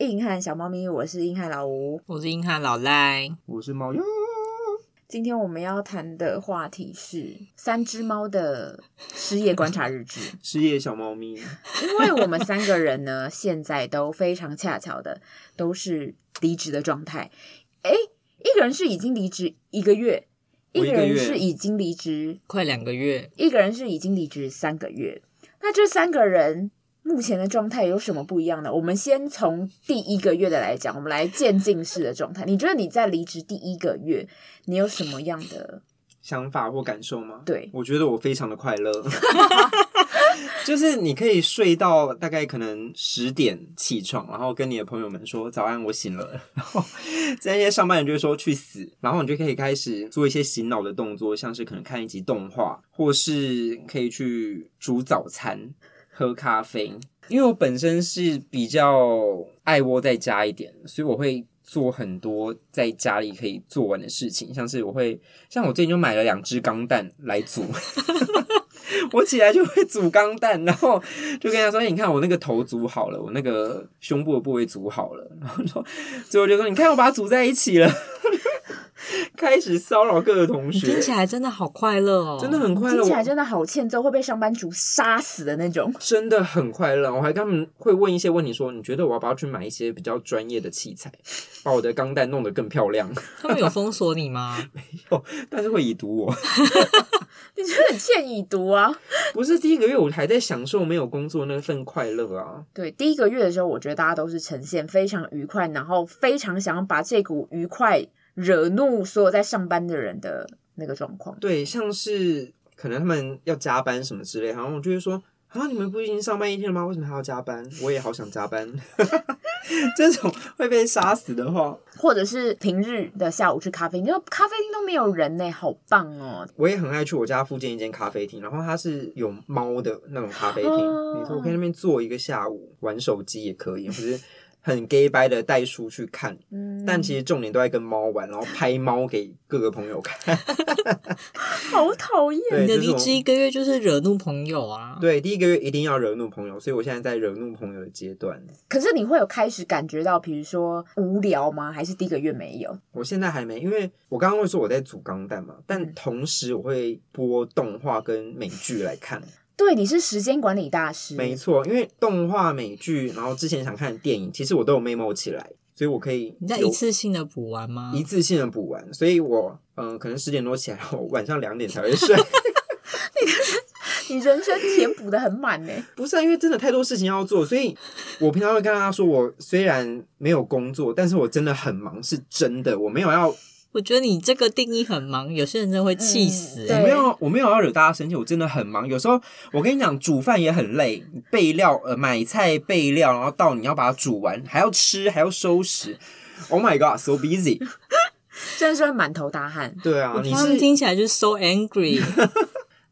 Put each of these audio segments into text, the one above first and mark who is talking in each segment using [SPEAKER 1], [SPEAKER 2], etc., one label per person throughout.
[SPEAKER 1] 硬汉小猫咪，我是硬汉老吴。
[SPEAKER 2] 我是硬汉老赖，
[SPEAKER 3] 我是猫哟，
[SPEAKER 1] 今天我们要谈的话题是三只猫的失业观察日志，
[SPEAKER 3] 失业小猫咪，
[SPEAKER 1] 因为我们三个人呢，现在都非常恰巧的都是离职的状态。诶，一个人是已经离职一个月，一
[SPEAKER 3] 我
[SPEAKER 1] 个
[SPEAKER 3] 一个
[SPEAKER 1] 人
[SPEAKER 3] 月
[SPEAKER 1] 是已经离职
[SPEAKER 2] 快两个月，
[SPEAKER 1] 一个人是已经离职三个月。那这三个人目前的状态有什么不一样呢？我们先从第一个月的来讲，我们来渐进式的状态。你觉得你在离职第一个月，你有什么样的？
[SPEAKER 3] 想法或感受吗？
[SPEAKER 1] 对
[SPEAKER 3] 我觉得我非常的快乐， 就是你可以睡到大概可能十点起床，然后跟你的朋友们说早安，我醒了，然后这些上班人就会说去死，然后你就可以开始做一些醒脑的动作，像是可能看一集动画，或是可以去煮早餐、喝咖啡。因为我本身是比较爱窝在家一点，所以我会做很多在家里可以做完的事情，像是我会像我最近就买了两只钢蛋来煮。 我起来就会煮钢蛋，然后就跟他说：“哎你看我那个头煮好了，我那个胸部的部位煮好了。”然后说，最后就说：“你看我把它煮在一起了。” 开始骚扰各个同
[SPEAKER 2] 你听
[SPEAKER 3] 学
[SPEAKER 2] 起，来真的好快乐哦，
[SPEAKER 3] 真的很快乐。
[SPEAKER 1] 听起来
[SPEAKER 3] 我
[SPEAKER 1] 真的好欠揍，会被上班族杀死的那种。
[SPEAKER 3] 真的很快乐。我还跟他们会问一些问题说你觉得我要不要去买一些比较专业的器材，把我的钢弹弄得更漂亮？
[SPEAKER 2] 他们有封锁你 吗？
[SPEAKER 3] 但是会已读我。
[SPEAKER 1] 你真的很欠已读啊！
[SPEAKER 3] 不是第一个月我还在享受没有工作那份快乐啊，
[SPEAKER 1] 对，第一个月的时候，我觉得大家都是呈现非常愉快，然后非常想要把这股愉快惹怒所有在上班的人的那个状况。
[SPEAKER 3] 对，像是可能他们要加班什么之类，然后我就会说。啊！你们不已经上班一天了吗？为什么还要加班？我也好想加班。 这种会被杀死的话，
[SPEAKER 1] 或者是平日的下午去咖啡厅，因为咖啡厅都没有人呢、好棒哦！
[SPEAKER 3] 我也很爱去我家附近一间咖啡厅，然后它是有猫的那种咖啡厅，
[SPEAKER 1] 哦
[SPEAKER 3] 没错，我可以在那边坐一个下午，玩手机也可以，或是很 gay 掰的带书去看，
[SPEAKER 1] 嗯，
[SPEAKER 3] 但其实重点都在跟猫玩，然后拍猫给各个朋友看。
[SPEAKER 1] 好讨厌。
[SPEAKER 3] 对
[SPEAKER 2] 你的
[SPEAKER 3] 这
[SPEAKER 2] 离
[SPEAKER 3] 种
[SPEAKER 2] 职一个月就是惹怒朋友啊，
[SPEAKER 3] 对，第一个月一定要惹怒朋友，所以我现在在惹怒朋友的阶段。
[SPEAKER 1] 可是你会有开始感觉到，比如说无聊吗？还是第一个月没有？
[SPEAKER 3] 我现在还没，因为我刚刚会说我在煮钢蛋嘛，
[SPEAKER 1] 嗯
[SPEAKER 3] 但同时我会播动画跟美剧来看。
[SPEAKER 1] 对，你是时间管理大师，
[SPEAKER 3] 没错，因为动画、美剧，然后之前想看的电影，其实我都有 memo 起来，所以我可以
[SPEAKER 2] 你在
[SPEAKER 3] 有
[SPEAKER 2] 一次性的补完吗？
[SPEAKER 3] 一次性的补完。所以我嗯、呃可能十点多起来，我晚上两点才 会睡。
[SPEAKER 1] 你人生填补的很满呢、
[SPEAKER 3] 不是、啊，因为真的太多事情要做，所以我平常会跟大家说，我虽然没有工作，但是我真的很忙，是真的，我没有要
[SPEAKER 2] 我觉得你这个定义很忙，有些人真的会气死、
[SPEAKER 1] 嗯
[SPEAKER 2] 欸
[SPEAKER 1] 对
[SPEAKER 3] 我没有，我没有要惹大家生气，我真的很忙。有时候我跟你讲，煮饭也很累，备料呃买菜备料，然后到你要把它煮完，还要吃，还要收拾。Oh my god, so busy！
[SPEAKER 1] 真的是会满头大汗。
[SPEAKER 3] 对啊，你
[SPEAKER 2] 他们
[SPEAKER 3] 是
[SPEAKER 2] 听起来就是 so angry，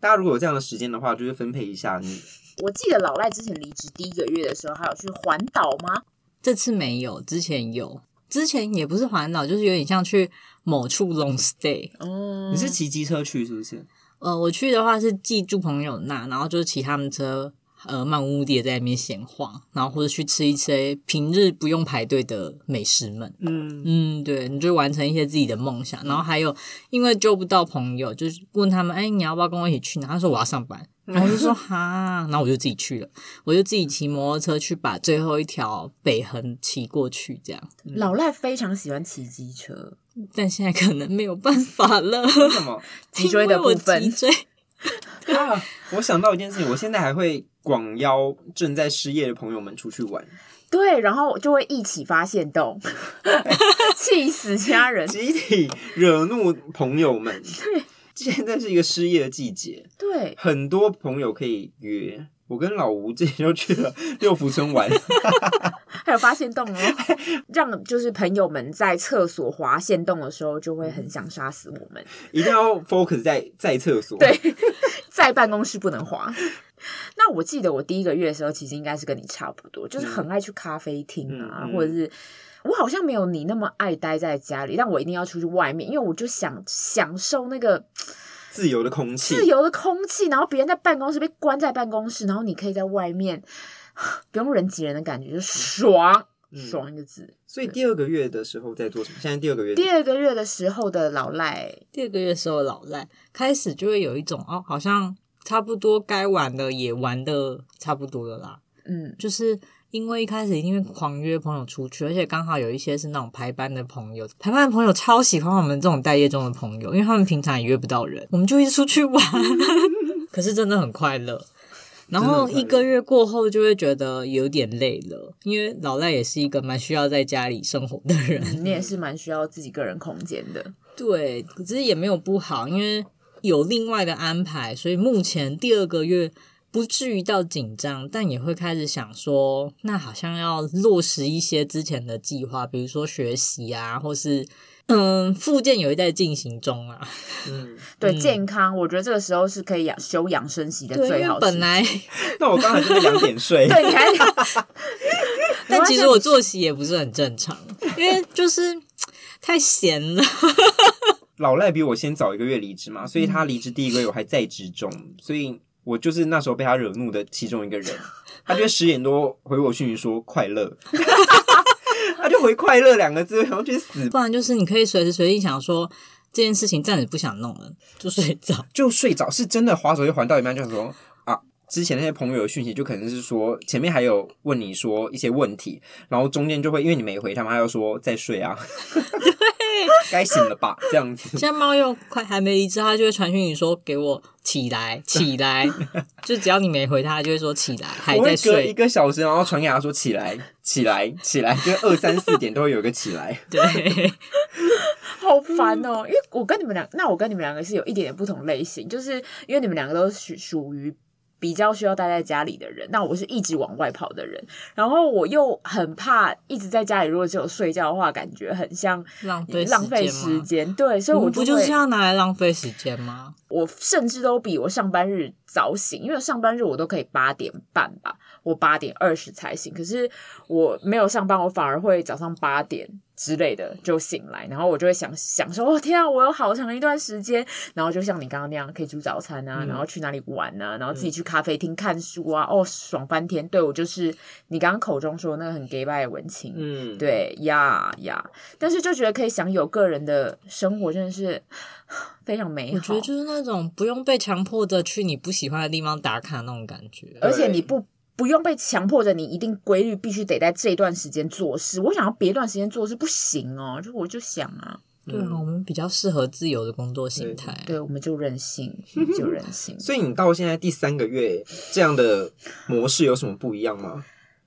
[SPEAKER 3] 大家如果有这样的时间的话，就是分配一下你。
[SPEAKER 1] 我记得老赖之前离职第一个月的时候，还有去环岛吗？
[SPEAKER 2] 这次没有，之前有，之前也不是环岛，就是有点像去某处 long stay。
[SPEAKER 1] 嗯
[SPEAKER 3] 你是骑机车去是不是？
[SPEAKER 2] 呃，我去的话是寄住朋友那，然后就是骑他们车，呃，漫无目的地在那边闲晃，然后或者去吃一些平日不用排队的美食们。
[SPEAKER 3] 嗯，
[SPEAKER 2] 嗯，对，你就完成一些自己的梦想，然后还有因为揪不到朋友，就是问他们，哎，你要不要跟我一起去？然后他说我要上班，然后我就说 哈，然后我就自己去了，我就自己骑摩托车去把最后一条北横骑过去，这样，
[SPEAKER 1] 老赖非常喜欢骑机车，
[SPEAKER 2] 但现在可能没有办法了，
[SPEAKER 3] 为什么
[SPEAKER 1] 脊椎的
[SPEAKER 2] 因为我
[SPEAKER 1] 部分
[SPEAKER 2] 脊椎
[SPEAKER 3] 啊？我想到一件事情，我现在还会广邀正在失业的朋友们出去玩，
[SPEAKER 1] 对，然后就会一起发现洞， 气死其他 人。
[SPEAKER 3] 集体惹怒朋友 们。现在是一个失业的季节，
[SPEAKER 1] 对，
[SPEAKER 3] 很多朋友可以约。我跟老吴之前就去 了六福村玩，
[SPEAKER 1] 还有发现洞哦， 让就是朋友们在厕所滑线洞的时候，就会很想杀死我们。
[SPEAKER 3] 一定要 focus 在在厕所。
[SPEAKER 1] 对， 在办公室不能滑。那我记得我第一个月的时候，其实应该是跟你差不多，就是很爱去咖啡厅啊，
[SPEAKER 3] 嗯嗯嗯嗯
[SPEAKER 1] 或者是我好像没有你那么爱待在家里，但我一定要出去外面，因为我就想享受那个
[SPEAKER 3] 自由的空气，
[SPEAKER 1] 自由的空气，然后别人在办公室被 关在办公室，然后你可以在外面不用人挤人的感觉，就爽。
[SPEAKER 3] 嗯
[SPEAKER 1] 爽一个字。
[SPEAKER 3] 所以第二个月的时候在做什么？现在第二个月，
[SPEAKER 1] 第二个月的时候的老赖，
[SPEAKER 2] 第二个月的时候老赖开始就会有一种哦，好像差不多该玩的也玩的差不多了啦，
[SPEAKER 1] 嗯，
[SPEAKER 2] 就是。因为一开始一定会狂约朋友出去，而且刚好有一些是那种排班的朋友，排班的朋友超喜欢我们这种待业中的朋友，因为他们平常也约不到人，我们就一直出去玩， 可是真的很快乐。然后一个月过后就会觉得有点累了，因为老赖也是一个蛮需要在家里生活的人，
[SPEAKER 1] 你也是蛮需要自己个人空间的。
[SPEAKER 2] 对，可是也没有不好，因为有另外的安排，所以目前第二个月不至于到紧张，但也会开始想说，那好像要落实一些之前的计划，比如说学习啊，或是嗯，复健有一在进行中啊。
[SPEAKER 3] 嗯，
[SPEAKER 1] 对、
[SPEAKER 2] 嗯
[SPEAKER 1] 健康，我觉得这个时候是可以养休养生息的
[SPEAKER 2] 对，
[SPEAKER 1] 最
[SPEAKER 2] 因
[SPEAKER 1] 好
[SPEAKER 2] 为
[SPEAKER 1] 时机。
[SPEAKER 2] 本来，
[SPEAKER 3] 那我刚才真的两点 睡，
[SPEAKER 1] 对你还
[SPEAKER 2] 但其实我作息也不是很正常，因为就是。太闲了，
[SPEAKER 3] 老赖比我先早一个月离职嘛，
[SPEAKER 1] 嗯
[SPEAKER 3] 所以他离职第一个月我还在职中，所以我就是那时候被他惹怒的其中一个人。他就十点多回我讯息说快 乐，他就回快乐两个字，然后去死
[SPEAKER 2] 不然就是你可以随时随地想说这件事情暂时不想弄了，就睡着。
[SPEAKER 3] 就睡着，是真的划手机还到一半就想说啊。之前那些朋友的讯息，就可能是说前面还有问你说一些问题，然后中间就会因为你没回他们，他就说再睡啊， 该醒了吧这样子。
[SPEAKER 2] 现在猫又快还没离职，它就会传讯你说给我起来，起 来。就只要你没回它，它就会说起来，还
[SPEAKER 3] 我
[SPEAKER 2] 在
[SPEAKER 3] 会隔一
[SPEAKER 2] 睡。
[SPEAKER 3] 个小时，然后传给他说起来，起来，起来，就二三四点都会有一个起 来。
[SPEAKER 2] 对，
[SPEAKER 1] 好烦哦，因为我跟你们两，那我跟你们两个是有一点点不同类型，就是因为你们两个都属属于。比较需要待在家里的人，那我是一直往外跑的人，然后我又很怕一直在家里，如果只有睡觉的话，感觉很像
[SPEAKER 2] 浪 费
[SPEAKER 1] 浪费时
[SPEAKER 2] 嘛。
[SPEAKER 1] 间。对，所以
[SPEAKER 2] 我
[SPEAKER 1] 我
[SPEAKER 2] 们不就是
[SPEAKER 1] 会
[SPEAKER 2] 要拿来浪费时间吗？
[SPEAKER 1] 我甚至都比我上班日早醒，因为上班日我都可以八点半吧，我八点二十才醒。可是我没有上班，我反而会早上八点之类的就醒来，然后我就会想想说，哦天啊，我有好长一段时间，然后就像你刚刚那样，可以煮早餐啊，
[SPEAKER 3] 嗯
[SPEAKER 1] 然后去哪里玩啊，然后自
[SPEAKER 2] 嗯
[SPEAKER 1] 己去咖啡厅看书啊，哦爽翻天！对我就是你刚刚口中说的那个很 gay 拜的文青，
[SPEAKER 3] 嗯，
[SPEAKER 1] 对呀呀，但是就觉得可以享有个人的生活，真的是 非常美好。
[SPEAKER 2] 我觉得就是那种不用被强迫的去你不喜欢的地方打卡那种感觉。
[SPEAKER 1] 而且
[SPEAKER 3] 对
[SPEAKER 1] 你不不用被强迫着，你一定规律必须得在这段时间做事。我想要别段时间做事不行哦，就我就想啊，
[SPEAKER 3] 嗯
[SPEAKER 2] 对啊，我们比较适合自由的工作形态。
[SPEAKER 1] 对，我们就任性，我们就任 性。
[SPEAKER 3] 所以你到现在第三个月，这样的模式有什么不一样吗？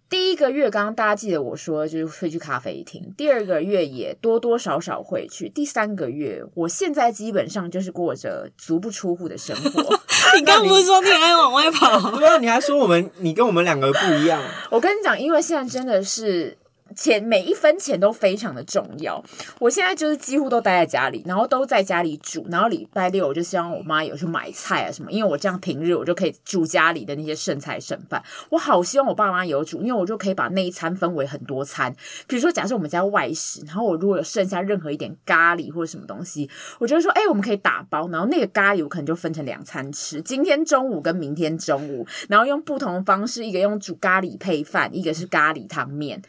[SPEAKER 1] 第一个月，刚刚大家记得我说就是会去咖啡厅，第二个月也多多少少会去，第三个月我现在基本上就是过着足不出户的生活。
[SPEAKER 2] 你刚不是说你很爱往外跑？
[SPEAKER 3] 对啊，你还说我们，你跟我们两个不一样，
[SPEAKER 1] 我跟你讲，因为现在真的是钱每一分钱都非常的重要。我现在就是几乎都待在家里，然后都在家里煮，然后礼拜六我就希望我妈有去买菜啊什么，因为我这样平日我就可以煮家里的那些剩菜剩饭。我好希望我爸妈有煮，因为我就可以把那一餐分为很多餐。比如说，假设我们家外食，然后我如果有剩下任何一点咖喱或者什么东西，我就会说，哎、我们可以打包，然后那个咖喱我可能就分成两餐吃，今天中午跟明天中午，然后用不同的方式，一个用煮咖喱配饭，一个是咖喱汤面，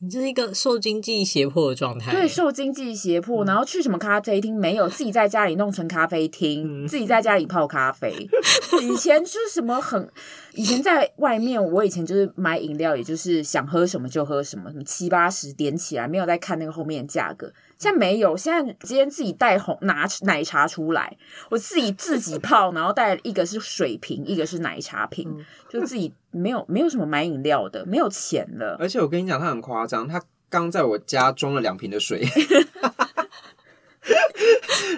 [SPEAKER 2] 你这是一个受经济胁迫的状态。
[SPEAKER 1] 对，受经济胁迫，然后去什么咖啡厅没有，自己在家里弄成咖啡厅，自己在家里泡咖啡。以前就是什么很，以前在外面，我以前就是买饮料，也就是想喝什么就喝什么，什么七八十点起来，没有在看那个后面的价格。现在没有，现在今天自己带红拿奶茶出来，我自己自己泡，然后带一个是水瓶，一个是奶茶瓶，就自己没有没有什么买饮料的，没有钱了。
[SPEAKER 3] 而且我跟你讲，他很夸张，他刚在我家装了两瓶的水。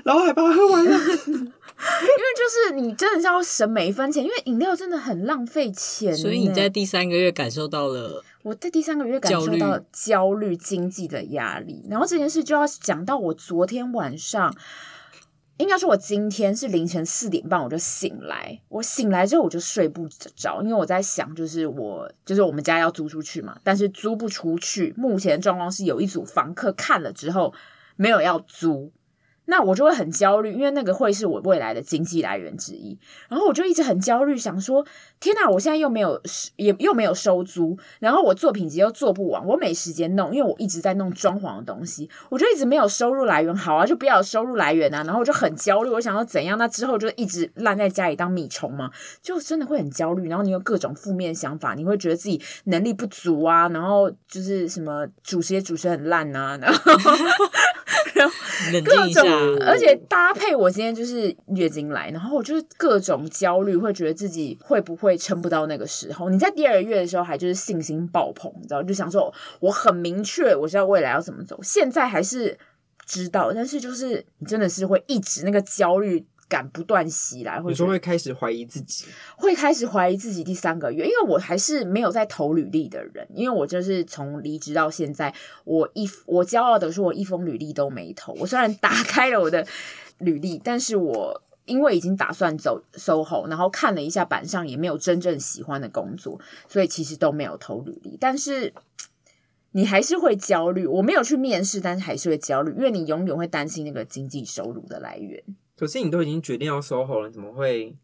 [SPEAKER 3] 然后还把它喝完了，
[SPEAKER 1] 因为就是你真的是要省每一分钱，因为饮料真的很浪费钱呢。
[SPEAKER 2] 所以你在第三个月感受到了，
[SPEAKER 1] 我在第三个月感受
[SPEAKER 2] 焦
[SPEAKER 1] 到
[SPEAKER 2] 虑
[SPEAKER 1] 焦虑经济的压力，然后这件事就要讲到我昨天晚上。应该说，我今天是凌晨四点半我就醒来，我醒来之后我就睡不着，因为我在想，就是我就是我们家要租出去嘛，但是租不出去。目前的状况是有一组房客看了之后没有要租，那我就会很焦虑，因为那个会是我未来的经济来源之一。然后我就一直很焦虑，想说天哪，我现在又没有也又没有收租，然后我作品集又做不完，我没时间弄，因为我一直在弄装潢的东西，我就一直没有收入来源。好啊，就不要有收入来源啊！然后我就很焦虑，我想要怎样？那之后就一直烂在家里当米虫嘛，就真的会很焦虑。然后你有各种负面想法，你会觉得自己能力不足啊，然后就是什么主持也主持很烂啊，然后
[SPEAKER 2] 冷
[SPEAKER 1] 各
[SPEAKER 2] 静一下
[SPEAKER 1] 种，，而且搭配我今天就是月经来，然后我就是各种焦虑，会觉得自己会不会撑不到那个时候。你在第二个月的时候还就是信心爆棚，你知道，就想说我很明确我知道未来要怎么走，现在还是知道，但是就是你真的是会一直那个焦虑。感不断袭来，会
[SPEAKER 3] 你
[SPEAKER 1] 觉
[SPEAKER 3] 说
[SPEAKER 1] 得
[SPEAKER 3] 会开始怀疑自己，
[SPEAKER 1] 会开始怀疑自己第三个月，因为我还是没有在投履历的人，因为我就是从离职到现在，我一我骄傲的说，我一封履历都没投。我虽然打开了我的履历，但是我因为已经打算走 SOHO，然后看了一下板上也没有真正喜欢的工作，所以其实都没有投履历。但是你还是会焦虑，我没有去面试，但是还是会焦虑，因为你永远会担心那个经济收入的来源。
[SPEAKER 3] 可是你都已经决定要 SOHO 了，你怎么会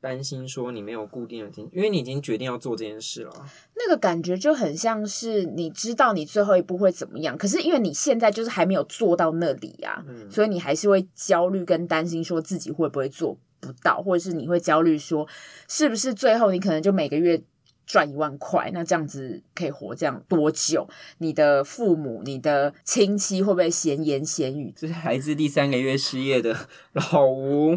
[SPEAKER 3] 担心说你没有固定的经？因为你已经决定要做这件事了。啊
[SPEAKER 1] 那个感觉就很像是你知道你最后一步会怎么样，可是因为你现在就是还没有做到那里啊，
[SPEAKER 3] 嗯
[SPEAKER 1] 所以你还是会焦虑跟担心，说自己会不会做不到，或者是你会焦虑说是不是最后你可能就每个月赚一万块，那这样子可以活这样多久？你的父母、你的亲戚会不会闲言闲语？
[SPEAKER 3] 这是孩子第三个月失业的 老吴，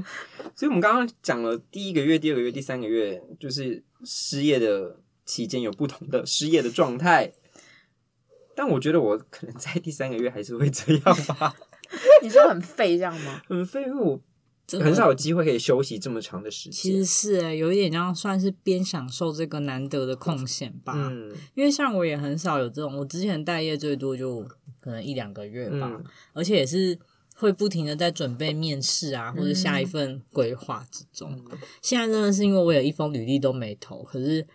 [SPEAKER 3] 所以我们刚刚讲了第一个月、第二个月、第三个月，就是失业的期间有不同的失业的状态。但我觉得我可能在第三个月还是会这样 吧，
[SPEAKER 1] 你说很废这样吗？
[SPEAKER 3] 很废，因为我
[SPEAKER 2] 真的
[SPEAKER 3] 很少有机会可以休息这么长的时
[SPEAKER 2] 其实
[SPEAKER 3] 间。
[SPEAKER 2] 是欸、有一点这样算是边享受这个难得的空闲吧。
[SPEAKER 3] 嗯
[SPEAKER 2] 因为像我也很少有这种，我之前待业最多就可能一两个月吧，
[SPEAKER 3] 嗯，
[SPEAKER 2] 而且也是会不停的在准备面试啊，或者下一份规划之中。现在真的是因为我有一封履历都没投，可是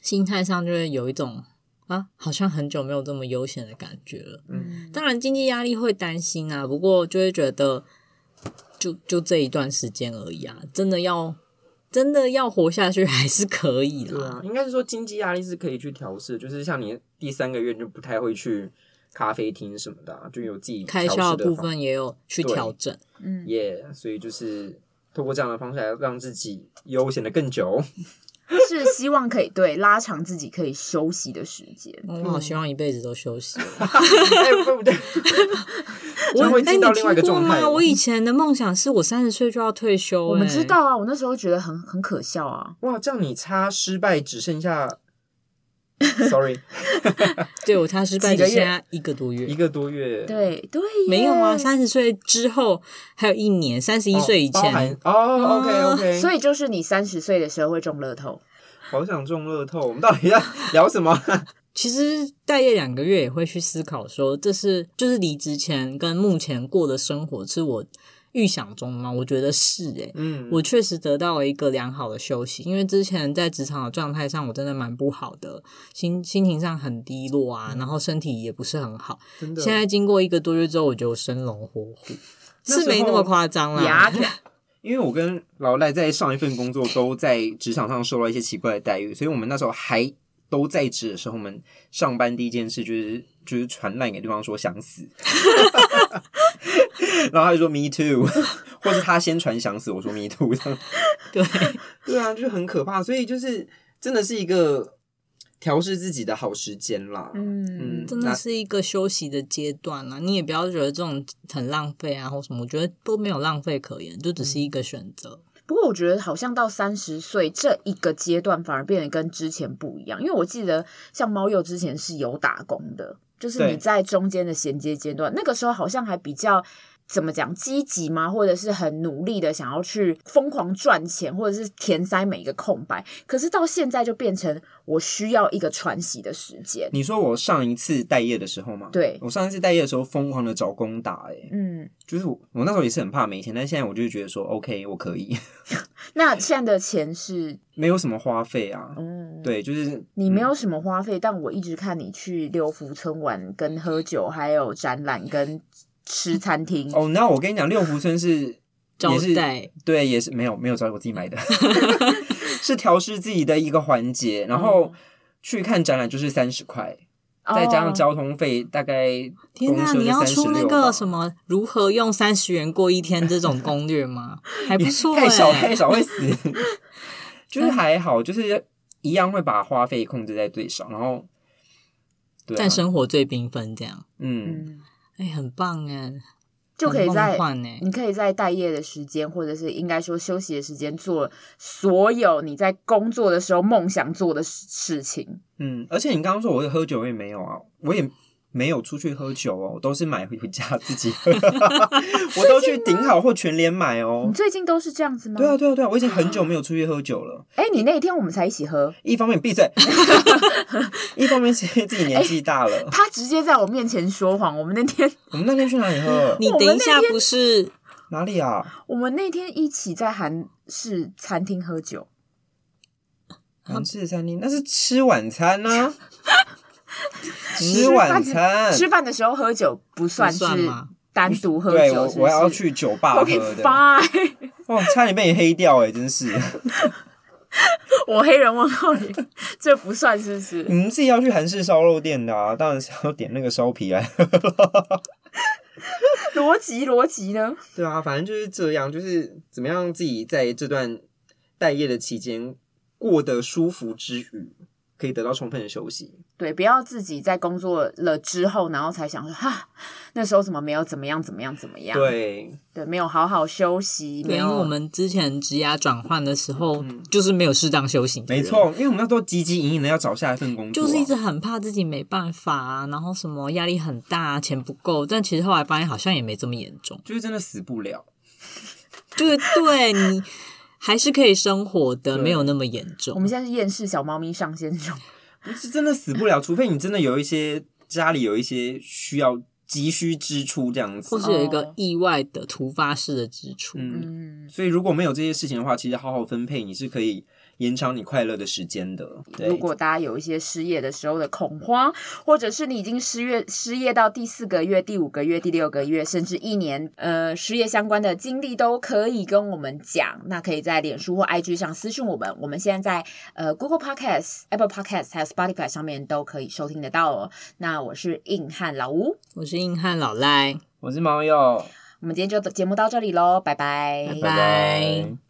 [SPEAKER 2] 心态上就会有一种啊，好像很久没有这么悠闲的感觉了。
[SPEAKER 1] 嗯，
[SPEAKER 2] 当然经济压力会担心啊，不过就会觉得就就这一段时间而已啊，真的要真的要活下去还是可以
[SPEAKER 3] 对
[SPEAKER 2] 啦
[SPEAKER 3] 啊。，应该是说经济压力是可以去调试，就是像你第三个月你就不太会去咖啡厅什么的啊、就有自己
[SPEAKER 2] 开
[SPEAKER 3] 调
[SPEAKER 2] 销
[SPEAKER 3] 试
[SPEAKER 2] 的
[SPEAKER 3] 的
[SPEAKER 2] 部
[SPEAKER 3] 方
[SPEAKER 2] 分也有去
[SPEAKER 3] 对
[SPEAKER 2] 调整，
[SPEAKER 1] 嗯，
[SPEAKER 3] 耶所以就是透过这样的方式来让自己悠闲的更久。
[SPEAKER 1] 是希望可以对拉长自己可以休息的时间。
[SPEAKER 2] 我
[SPEAKER 3] 嗯
[SPEAKER 2] 好希望一辈子都休 息。啊
[SPEAKER 3] 哎，不对不对，
[SPEAKER 2] 我
[SPEAKER 3] 就会
[SPEAKER 2] 哎，
[SPEAKER 3] 进到另外一
[SPEAKER 2] 你听过
[SPEAKER 3] 个状态
[SPEAKER 2] 吗？
[SPEAKER 3] 了。
[SPEAKER 2] 我以前的梦想是我三十岁就要退休、
[SPEAKER 1] 我们
[SPEAKER 2] 哎
[SPEAKER 1] 知，道啊，我那时候觉得很很可笑啊。
[SPEAKER 3] 哇，这样你差失败只剩下，sorry，
[SPEAKER 2] 对我差失败
[SPEAKER 1] 几个
[SPEAKER 2] 只
[SPEAKER 1] 月
[SPEAKER 2] 剩下一个多月
[SPEAKER 3] 一。个多月。哦
[SPEAKER 1] 对对耶，
[SPEAKER 2] 没有啊，三十岁之后还有一年，三十一岁以
[SPEAKER 3] 哦包
[SPEAKER 2] 前
[SPEAKER 3] 含，哦，OK
[SPEAKER 2] 嗯
[SPEAKER 3] OK，
[SPEAKER 1] 所以就是你三十岁的时候会中乐透，
[SPEAKER 3] 好想中乐透，我们到底要聊什么？
[SPEAKER 2] 其实待业两个月也会去思考说，这是就是离职前跟目前过的生活是我预想中的吗？我觉得是诶、
[SPEAKER 3] 嗯，
[SPEAKER 2] 我确实得到了一个良好的休息，因为之前在职场的状态上，我真的蛮不好的，心心情上很低落啊，然后身体也不是很好。
[SPEAKER 3] 嗯真的
[SPEAKER 2] 现在经过一个多月之后，我觉得我生龙活虎，
[SPEAKER 3] 那时候
[SPEAKER 2] 是没那么夸张
[SPEAKER 1] 牙
[SPEAKER 2] 啦。
[SPEAKER 1] 疼。
[SPEAKER 3] 因为我跟老赖在上一份工作都在职场上受到一些奇怪的待遇，所以我们那时候还都在职的时候，我们上班第一件事就是就是传烂给对方说想死， 然后他就说 me too，或者 他先传想死，我说 me too，这样
[SPEAKER 2] 对，
[SPEAKER 3] 对啊，就是很可怕，所以就是真的是一个调试自己的好时间啦。
[SPEAKER 1] 嗯
[SPEAKER 3] 嗯，
[SPEAKER 2] 真的是一个休息的阶段啦。你也不要觉得这种很浪费啊，或什么，我觉得都没有浪费可言，就只是
[SPEAKER 3] 嗯
[SPEAKER 2] 一个选择。
[SPEAKER 1] 不过我觉得好像到三十岁这一个阶段，反而变得跟之前不一样，因为我记得像猫鼬之前是有打工的，就是你
[SPEAKER 3] 对
[SPEAKER 1] 在中间的衔接阶段，那个时候好像还比较。怎么讲积极吗？或者是很努力的想要去疯狂赚钱，或者是填塞每一个空白？可是到现在就变成我需要一个喘息的时间。
[SPEAKER 3] 你说我上一次待业的时候吗？
[SPEAKER 1] 对
[SPEAKER 3] 我上一次待业的时候疯狂的找工打、欸，
[SPEAKER 1] 嗯，
[SPEAKER 3] 就是我我那时候也是很怕没钱，但现在我就觉得说，OK，我可以，
[SPEAKER 1] 那现在的钱是，
[SPEAKER 3] 没有什么花费啊。
[SPEAKER 1] 嗯，
[SPEAKER 3] 对，嗯就是
[SPEAKER 1] 你没有什么花费，但我一直看你去六福村玩、跟喝酒，还有展览、跟吃餐厅，
[SPEAKER 3] 哦，那我跟你讲，六福村是
[SPEAKER 2] 招
[SPEAKER 3] 也是
[SPEAKER 2] 待
[SPEAKER 3] 对，也是没有没有找我自己买 的，是调试自己的一个环节。然
[SPEAKER 2] 哦
[SPEAKER 3] 后去看展览就是三十块，再加上
[SPEAKER 1] 哦
[SPEAKER 3] 交通费，大概
[SPEAKER 2] 天
[SPEAKER 3] 公
[SPEAKER 2] 呐，
[SPEAKER 3] 车
[SPEAKER 2] 你
[SPEAKER 3] 就
[SPEAKER 2] 要
[SPEAKER 3] 三十
[SPEAKER 2] 出那
[SPEAKER 3] 六
[SPEAKER 2] 个什么如何用三十元过一天这种攻 略吗？还不错、欸，嗯
[SPEAKER 3] 太少太少 会死，就是还好，就是一样会把花费控制在最少，然后对、啊
[SPEAKER 2] 但，生活最缤纷这样，
[SPEAKER 3] 嗯，
[SPEAKER 1] 嗯，
[SPEAKER 2] 哎、很棒哎，
[SPEAKER 1] 就可以
[SPEAKER 2] 很
[SPEAKER 1] 在
[SPEAKER 2] 梦幻哎，
[SPEAKER 1] 你可以在待业的时间，或者是应该说休息的时间，做所有你在工作的时候梦想做的事事情。
[SPEAKER 3] 嗯，而且你刚刚说我喝酒我也没有啊，我也没有出去喝酒哦，我都是买回家自己 喝， 我都去顶好或全联买
[SPEAKER 1] 你
[SPEAKER 3] 哦。
[SPEAKER 1] 最近都是这样子吗？
[SPEAKER 3] 对啊，对啊，对啊！我已经很久没有出去喝酒了。
[SPEAKER 1] 哎、你那一天我们才一起喝，
[SPEAKER 3] 一方面 闭嘴， 一方面是因为自己年纪大 了。
[SPEAKER 1] 他直接在我面前说谎。我们那天，
[SPEAKER 3] 我们那天去哪里喝？
[SPEAKER 2] 你
[SPEAKER 1] 我们
[SPEAKER 2] 等一
[SPEAKER 1] 那
[SPEAKER 2] 下
[SPEAKER 1] 天
[SPEAKER 2] 不是
[SPEAKER 3] 哪里啊？
[SPEAKER 1] 我们那天一起在韩式餐厅喝酒，
[SPEAKER 3] 韩式餐厅？那是吃晚餐呢、
[SPEAKER 1] 吃
[SPEAKER 3] 吃
[SPEAKER 1] 饭
[SPEAKER 3] 晚餐。
[SPEAKER 1] 吃饭的时候喝酒不算
[SPEAKER 2] 不
[SPEAKER 1] 是
[SPEAKER 2] 算吗
[SPEAKER 1] 单独喝
[SPEAKER 3] 对，
[SPEAKER 1] 酒
[SPEAKER 3] 我
[SPEAKER 1] 是不是
[SPEAKER 3] 我要去酒吧喝
[SPEAKER 1] OK
[SPEAKER 3] 的。
[SPEAKER 1] fine，
[SPEAKER 3] 哦，差点被你黑掉哎、真是！
[SPEAKER 1] 我黑人问号你， 这不算是不是？
[SPEAKER 3] 你们自己要去韩式烧肉店的啊，当然是要点那个烧皮啊来。
[SPEAKER 1] 逻辑逻辑呢？
[SPEAKER 3] 对啊，反正就是这样，就是怎么样自己在这段待业的期间过得舒服之余，可以得到充分的休息。
[SPEAKER 1] 对，不要自己在工作了之后，然后才想说哈，那时候怎么没有怎么样怎么样怎么样？
[SPEAKER 3] 对，
[SPEAKER 1] 对没有好好休息，没
[SPEAKER 2] 对，因
[SPEAKER 1] 有
[SPEAKER 2] 为我们之前职涯转换的时候，
[SPEAKER 3] 嗯
[SPEAKER 2] 就是没有适当休息，
[SPEAKER 3] 没，错，因为我们那时候汲汲营营的要找下一份工作啊、
[SPEAKER 2] 就是一直很怕自己没办法、啊，然后什么压力很大、啊钱不够，但其实后来发现好像也没这么严重，
[SPEAKER 3] 就是真的死不了。
[SPEAKER 2] 就是对你还是可以生 活的，
[SPEAKER 3] 对
[SPEAKER 2] 没有那么严
[SPEAKER 1] 我
[SPEAKER 2] 重
[SPEAKER 1] 们。现在是厌世小猫咪上线中，
[SPEAKER 3] 不是真的死不了， 除非你真的有一些家里有一些需要急需支出这样
[SPEAKER 2] 或
[SPEAKER 3] 子。
[SPEAKER 2] 是有一个
[SPEAKER 1] 哦
[SPEAKER 2] 意外的突发式的支出，
[SPEAKER 3] 嗯，
[SPEAKER 1] 嗯，
[SPEAKER 3] 所以如果没有这些事情的话，其实好好分配，你是可以延长你快乐的时间的。对
[SPEAKER 1] 如，果大家有一些失业的时候的恐慌，或者是你已经失业失业到第四个月、第五个月、第六个月，甚至一年，呃，失业相关的经历都可以跟我们讲。那可以在脸书或 IG 上私讯我们。我们现在在呃 Google Podcast、Apple Podcast 还有 Spotify 上面都可以收听得到哦。那我是硬汉老吴，
[SPEAKER 2] 我是硬汉老赖，
[SPEAKER 3] 我是猫鼬，
[SPEAKER 1] 我们今天就节目到这里喽，拜拜
[SPEAKER 2] 拜
[SPEAKER 3] 拜拜。